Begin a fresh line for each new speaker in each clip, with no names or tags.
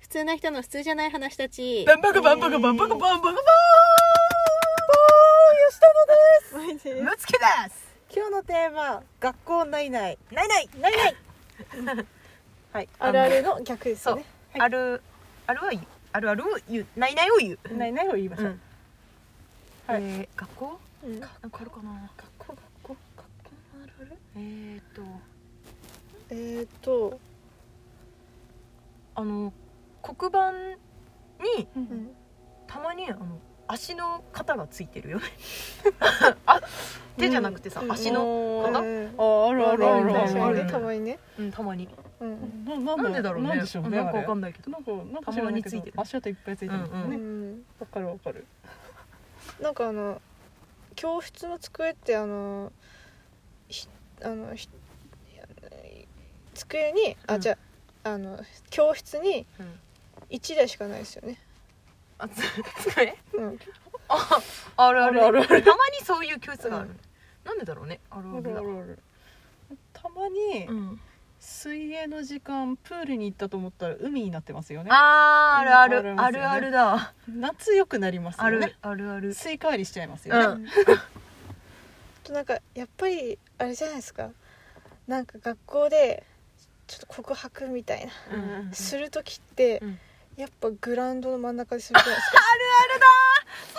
普通な人の普通じゃない話たち
バンバカバンバカバンバカ
ン
バンバカバーンムツキです
今日のテーマ学校ないない
ないない
ないない
はい
あるあるの逆ですよね
はい
あるあるは言うあるあるを言うないないを言う
ないないを言いましょう、
うん
はい
えー学校
うん
なんかあるかな
学校学校学校のあるある
えーっと
えーっと
あの黒板に
う
うんん
たまにあの足の型がついてるよね あ手じゃなくてさ、
うん
足の、
う
か
ん
な
ああるあるあ
うん
るあ
確
る
か
あ
にね
る
たまにね
うん、たま
う
に
ん
な
なんでだろうね
なんでしょうね
なんか
あれ
わかんないけど
なんかなんか知らないけ
たまについ
ど
てる
足跡いっぱいついてるんだよ
う
う
ん
ね
ん
わかるわかる
なんかあの教室の机ってあのひあのひいや机にあ、
うん
じゃああの教室に
うん
1台しかないですよね、
あつ 机
うん、
ああるある
あるあ
たまにそういう教室がある、なんでだろうねある
あ
ある
る
だ
あるあるたまに
うん、
水泳の時間プールに行ったと思ったら海になってますよね
あーあるあ
う
る
ん
あ
あ
る
りますよね
あるだ
夏よくなります
あ
よ
る
ね
あるある
スイカ割りしちゃいま
う
すよ
ん
ね
となんかやっぱりあれじゃないですかなんか学校でちょっと告白みたいな、
うん
する時って、
うん
やっぱグラウンドの真ん中でするじゃないですか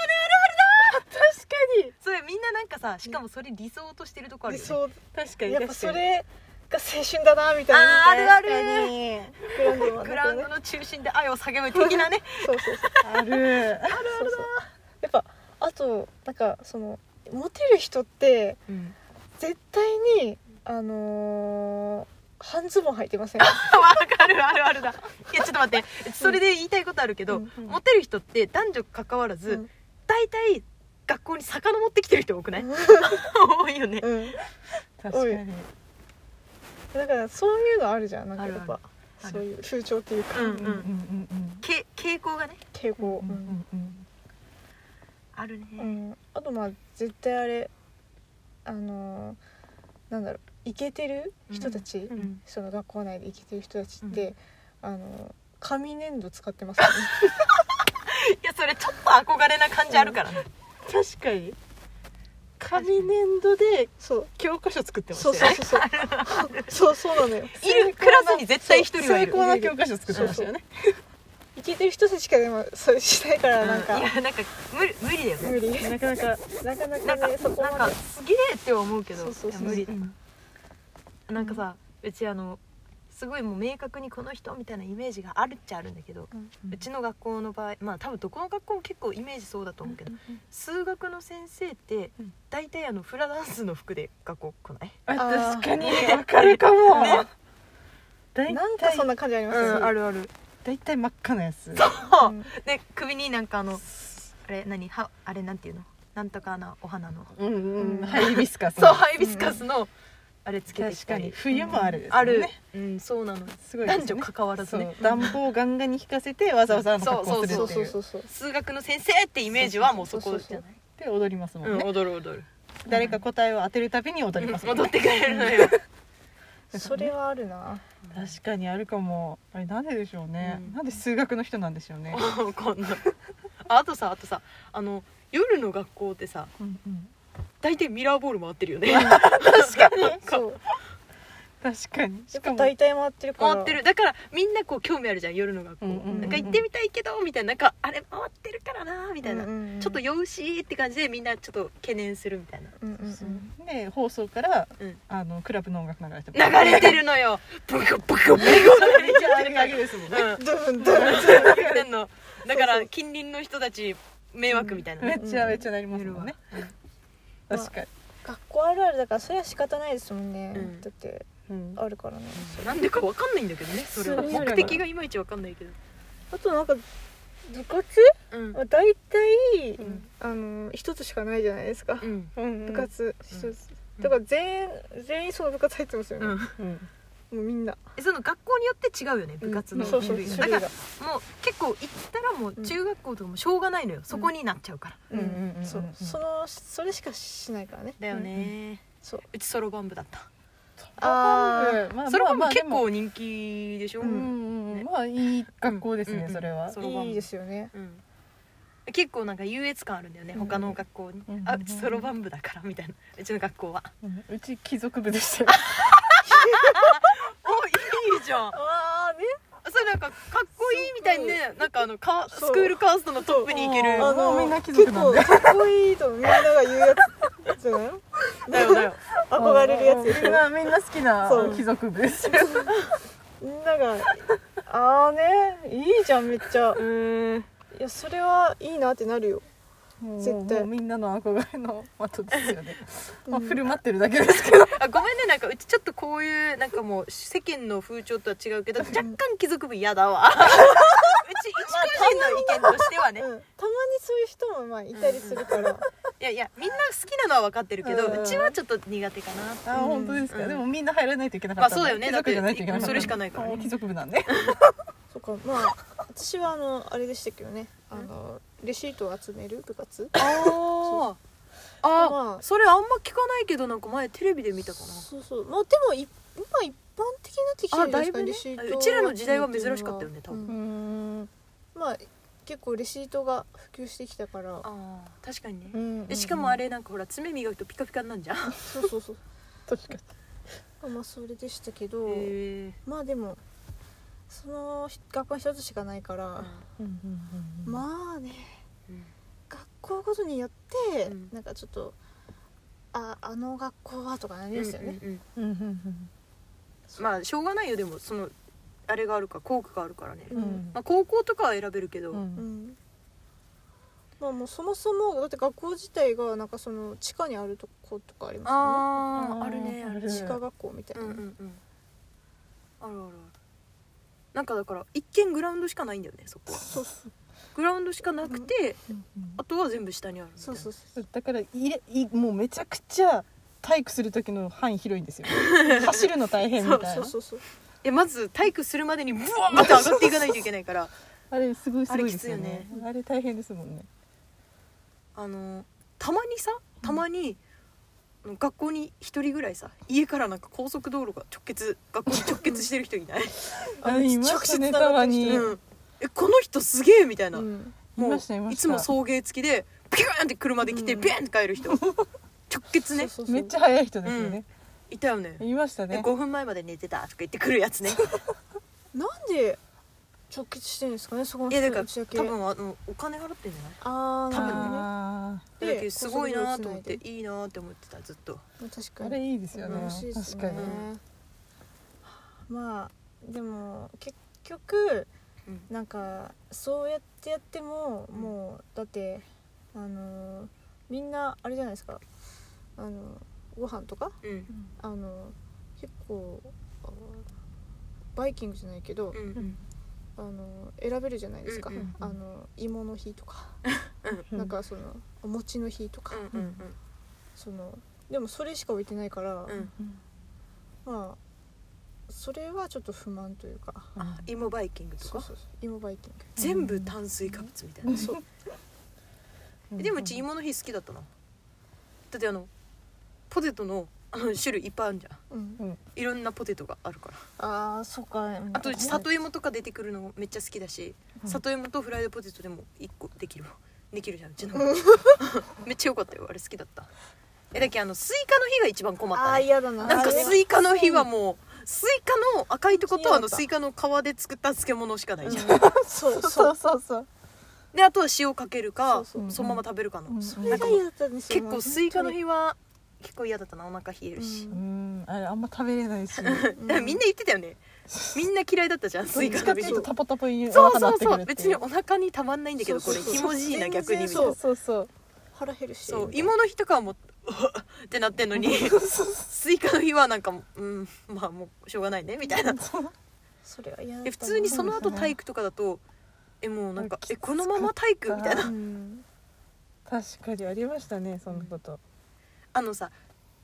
確かに
それみんななんかさしかもそれ理想としてるとこある
で
よ、ね、
そう
確かに
やっぱ
確
そ
かに
れが青春だなみたいな
あーあるある
グラウンドの真ん中
グラウン
ね
ドの中心で愛を叫ぶ 的なね
そうそうそうあ
ある
るあるやっぱあとなんかそのモテる人って
うん
絶対にあのー半ズボン履いてません
わかるあるあるだいやちょっと待ってそれで言いたいことあるけ
う
ど、
ん
うん
モテる人って男女関わらず、
うん
大体学校に魚持ってきてる人多 くない、多いよね、
うん
確かに
だからそういうのあるじゃんなんか
あ
や
るあ
っ
る
ぱそういう風潮っていうか、
うんう
うん
ん、
うんうん
け傾向がね
傾向、
うんうんうんうん
あるね、
うんあとまあ絶対あれあのーなんだろうイケてる人たち、
うん
その学校内でイケてる人たちっ
う
て、あのー紙粘土使ってますよ ね
いやそれちょっと憧れな感じあるからね、
確かに紙粘土で
そう
教科書作ってま
そう
し
そ
た
う
よね
そうそう そうそうなのよ
いるクラスに絶対一人はいる
成功な教科書作ってましたよね
イケてる人たちしかでもそれしないからなんか
うんいやなんか無理無理だよね
無理
なかなか
なかな
なんか
かねそこ
なん
ま
か
です
げえって思うけど
そうそうそう
いや無理だ、
うん
なんかさうちあのすごいもう明確にこの人みたいなイメージがあるっちゃあるんだけど、うちの学校の場合まあ多分どこの学校も結構イメージそうだと思うけど、数学の先生って
うん
大体あのフラダンスの服で学校来ない、
あ
あー
確かにわかるかも
ね
大
なんかそん
体
な感じあります
う
よ
ん
ね
あるある
大体真っ赤なやつ
うん
で首になんかあのあれ何はあれなんていうのなんとかなお花の
うんう
うんん
ハイビスカス
そうハイビスカスのあれつけてき
確
た
か
り
に冬もあるです
あ
よ
る
ね、
うん、そうなの
すごいで
男
すね
女関わらずね
そう暖房ガンガンに引かせてわざわざあの格好する
そう
って
そ
いうう
そうそう
数学の先生ってイメージはもうそこじゃない
で踊りますもんね、
踊る踊る
誰か答えを当てるたびに踊りますもんね、
踊ってくれるのよ
それはあるな
確かにあるかもあれなんででしょうね、
うん
なんで数学の人なんでしょうね、
わかんないああとさあとさあの夜の学校ってさ大体ミラーボール回ってるよね
確かに
そう
確かに
や
し
っ
か
ぱ
も
大体回ってるから
回ってるだからみんなこう興味あるじゃん夜の学校、
うんうんうん
なんか行ってみたいけどみたいななんかあれ回ってるからなみ
み
たいな、ちょっと酔うしって感じでみんなちょっと懸念するみたいな
うんうんうん
で放送から、
うん
あのクラブの音楽流れてます
流れてるのよブクブクブク
めっちゃあるわけですもんね
うん
ドゥンドゥン
言ってんのだから近隣の人たち迷惑みたいな
め
ね
っちゃめっちゃなりますもんね、
うん
確かに、
学校あるあるだからそれは仕方ないですもんね
うん
だって
うん
あるからね
なんでかわかんないんだけどねそれは
そう
目的がいまいちわかんないけど
あとなんか部活
うん
は大体
ん
あの一つしかないじゃないですか
うん
うん
部活一
うん
つだから全員全員その部活入ってますよね
うん
うん
もうみんな
えその学校によって違うよね部活の
そう
種
そう
類が
種類
だか
が
らもう結構行ったらもう中学校とかもしょうがないのよそこになっちゃうから
うんうんうん
そうそのそれしかしないからね
だよね
そう
うちソロバン部だった
サ
あ
ッ
ー
カー部まあ
それは
ま
も
あ
結
まあでも
構人気でしょ、
う
うんん
うんう
ね
んまあいい学校です
うんうん
ね
うん
それは
そろばん
いいですよね
結構なんか優越感あるんだよね、
うん
他の学校に、
うん
あうちそろばん部だからみたいなうちの学校は
うんうち貴族部でした よ
おいいじゃん
ああね
それなんかかっこいいみたいにねなんかあのカー
そう
スクールカーストのトップに行ける
あもうみんな貴族なんだ
結構かっこいいとみんなが言うやつじゃない
だよだよ
憧れるやつでし
みん
ょ
なみんな好きな
そう
貴族部ですよ
みんながああねいいじゃんめっちゃ
うーん
いやそれはいいなってなるよ、
もう
絶対
もうみんなの憧れの的ですよね、まあ、
うん
振る舞ってるだけですけど
あごめんねなんかうちちょっとこういうなんかもう世間の風潮とは違うけど若干貴族部嫌だわうち一個人の意見としては
う
ね
ん、たまにそういう人もまあいたりするから、
いやいやみんな好きなのは分かってるけど
うん
うちはちょっと苦手かなって
あー本当ですか、
うん
でもみんな入らないといけなか
ま
っ
あ
た
そうだよね
貴族じゃないといけなか
だって
った
それしかないからね
もう貴族部なん で
そっかまあ私はあのあれでしたけどねあのレシートを集める部活
ああ
まあ
それあんま聞かないけどなんか前テレビで見たかな
そうそうまあでもい今一般的になってきてるんじゃないですか
あだいぶね
レシート
うちらの時代は珍しかったよね多分
うん
ん
まあ結構レシートが普及してきたから
あー確かにね、
うん
でしかもあれなんかほら爪磨くとピカピカになんじゃん
そうそうそう
確かに
まあそれでしたけど、
へえ
まあでもそのひ学校は一つしかないから、
ま
まあね
うん
学校ごとにやって、
うん
なんかちょっとああの学校はとかなりますよね、
うんうん
うんうん
うんまあしょうがないよでもそのあれがあるか校区があるからね、
う
うん
ん
まあ、高校とかは選べるけど、
うんうん
うんまあもうそもそもだって学校自体がなんかその地下にあるとことかありますよね
あ
うん
ああるねある
ー
地下学校みたいうな、
んうんうんあるあるあるなんかだから一見グラウンドしかないんだよねそこは
そうそう
グラウンドしかなくて、
うん
あとは全部下にあるみたい
そう
な
そうそう
だから入れいもうめちゃくちゃ体育する時の範囲広いんですよ 走るの大変みたい
そ
な
うそうそう
えまず体育するまでにブワーッと上がっていかないといけないから
あれすごいすごいですよ
あれ
ね
きつ
あれ大変ですもんね
あのたまにさたまに、あの学校に一人ぐらいさ家からなんか高速道路が直結学校に直結してる人いない、
あれいましたねたまに
うん、えこの人すげえみたいな、
うん
い
もう
ま
い
したいました
つも送迎付きでピューンって車で来て、
うん
ビューンって帰る人直結ね
そうそうそう
めっちゃ速い人ですよね、
いたよね
いました
え
ね
5分前まで寝てたとか言ってくるやつね
なんで直結してるんですかねそこの
いやだから
うちだけ
多分あのお金払ってんじゃない
ああ
多分ね
な
あ
で
だけどすごいなと思っ
高速道路繋
て
い
いいなって思ってたずっと
るほどね確
ー
か
あ
に
れいいですよね
楽しいですね
確かに
まあでも結局
うん
なんかそうやってやっても、
ん
もうだってあのーみんなあれじゃないですかあのご飯とか
うん
あの結構あのバイキングじゃないけど、
うんうん
あの選べるじゃないですか、
うんうん
うん
あの芋の日とか、
う
なんかそのお餅の日とか、
うんうんうん
そのでもそれしか置いてないから、
うん
うん
まあそれはちょっと不満というか
あ芋バイキングと
そう
か
そうそう芋バイキング
全部炭水化物みたいな
そう
うん
でもうち芋の日好きだったなだってあのポテトのあの種類いっぱいあるじゃん
うん
いろんなポテトがあるから
ああそうか
あとうち
さ
里芋とか出てくるのめっちゃ好きだし
うん
里芋とフライドポテトでも1個できるわできるじゃんうちの めっちゃ良かったよあれ好きだったえだっけあのスイカの日が一番困っ
あ
た
あ
ね
嫌だな
なんか
あれ
スイカの日はもうスイカの赤いとことあ
そうだ
の
った
スイカの皮で作った漬物しかないじゃん
そうそ
そううそうそう
であとは塩かけるか
そう
そう
そのまま食べるかの
うん
それが嫌だったんですよ
結構スイカの日は結構嫌だったなお腹冷えるし、
う
うんあれあんま食べれな いし
うん
だからみんな言ってたよねみんな嫌いだったじゃんスイカ
ど
食
っち
べる
かっていうと
人
タポタポにお
そう
腹
そ
なっ
う
てく
そ
る
う
って
別にお腹にたまんないんだけど
そ
こ
う
れ
そうそう
ひもじいな
全然
逆にみたい
そ
な
う
そうそう
腹減るし
そう芋の日とかはもううわってなってんの にスイカの日はなんかうんまあもうしょうがないねみたいな
それは嫌だった
で
な
普通にその後体育とかだとえもうなんか
きつ
え
かった
このまま体育みたいな
うん
確かにありましたねそんなこと
あのさ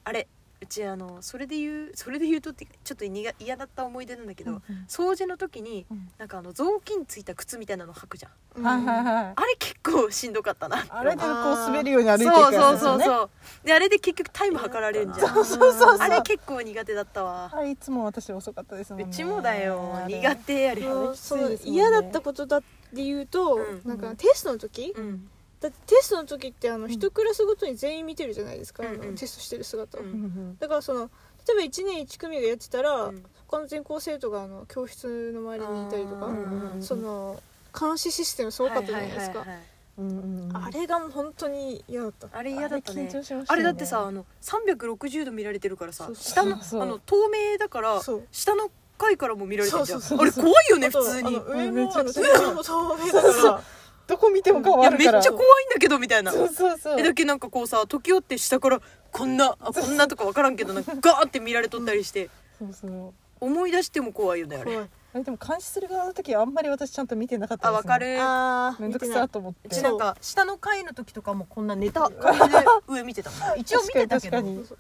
あれうちあのそれで言うそれで言うとってちょっと苦嫌だった思い出なんだけど、掃除の時に
うん
なんかあの雑巾ついた靴みたいなの履くじゃん
はいはいはい
あれ結構しんどかったな
あれでこう
あー
滑るように歩いてい
そう
くやつ
そう
です
そ
よ
う
ね
そうであれで結局タイム測られるんじゃん
そうそうそう
あれ結構苦手だったわ
あいつも私遅かったですもん
う
ね
ちもだよ
あれ
苦手あれ
そう
きついですもんね
嫌だったことだって言うと、
うん
なんか
うん
テストの時、
うん
だってテストの時ってあの
ん
一クラスごとに全員見てるじゃないですか、あの
うんうん
テストしてる姿を、
うん
うんうん
だからその例えば1年1組がやってたら、
うん
他の全校生徒があの教室の周りにいたりと
あ
か、
ー
うん
その監視システムすごかったじゃないですか、
はいはいはいはい
うんうん
あれがもう本当に嫌だった
あれ嫌だったね
あれ緊張しましたね
あれだってさあの360度見られてるからさ
そうそう
下の
そう
あの透明だから
そう
下の階からも見られてるじゃん
そうそうそう
あれ怖いよね
あと
普通にい
あの上も
めち
あ
ゃ
の
くちゃ
上も透明だ
そうそ
か
うどこ見ても変わ
や
る
め
か
っ
ら
ちゃ怖いんだけどみたいな
そうそうそう
えだけどなんかこうさ時折って下からこんなあこんなとか分からんけどなんかガーって見られとったりして
そうそう
思い出しても怖いよねあ
ら
れ
怖い
あれでも監視する側の時はあんまり私ちゃんと見てなかった
あ
です、ね、
分かる
あー
めんどく
見てな
さ
い
と思って
うちなんか下の階の時とかもこんな寝た感じで上見て たもん一応見てたけ
確かに
ど
確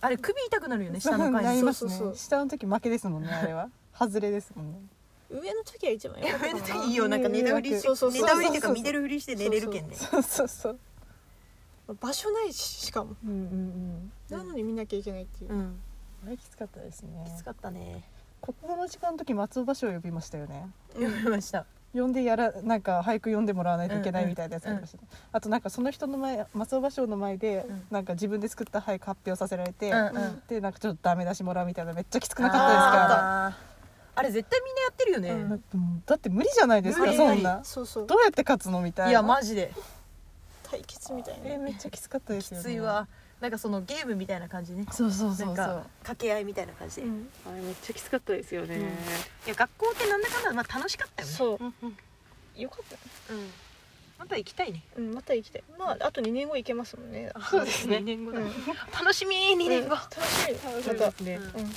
あれ首痛くなるよね
下
下の
の
階
り
の
ますね
そうそうそう
下の時負けですもんねあ れは外れですもんね
上の時は一番良かった
上
か
の
な
時いいよなんか寝たふりして
そうそうそう
寝たふりっていうか見てるふりして寝れるけんね
そうそうそう
場所ないししかも
うんうんうん
なのに見なきゃいけないっていう、
うん
あれきつかったですね
きつかったね
国語の時間の時松尾芭蕉を呼びましたよね
うん
見ました
呼んでやらなんか俳句読んでもらわないといけないみたいなやつありましたね、あとなんかその人の前松尾芭蕉の前で、
うん
なんか自分で作った俳句発表させられて、
うんうん
うん
でなんかちょっとダメ出しもらうみたいなめっちゃきつくなかった
あーあれ絶対みんなやってるよね、
うん
ですか、うんだって無理じゃないです
無
か
理
そんな
そうそう
どうやって勝つのみたいない
やマジで
対決みたい
え
な
めっちゃきつかったで
き
すよ、ね、
ついわなんかそのゲームみたいな感じね
そうそうそうそ
な
う
んか掛け合いみたいな感じで、
うん
あれめっちゃきつかったですよね、
うん
いや学校ってなんだかんだ、まあ、楽しかったよね
そう
うんうん、
よかった
うん、また行きたいね
うんまた行きたいまああと2年後行けますもんね
そうですね2年後
うん
楽しみ2年後、
楽しみま
ま
た
たね
うん
うん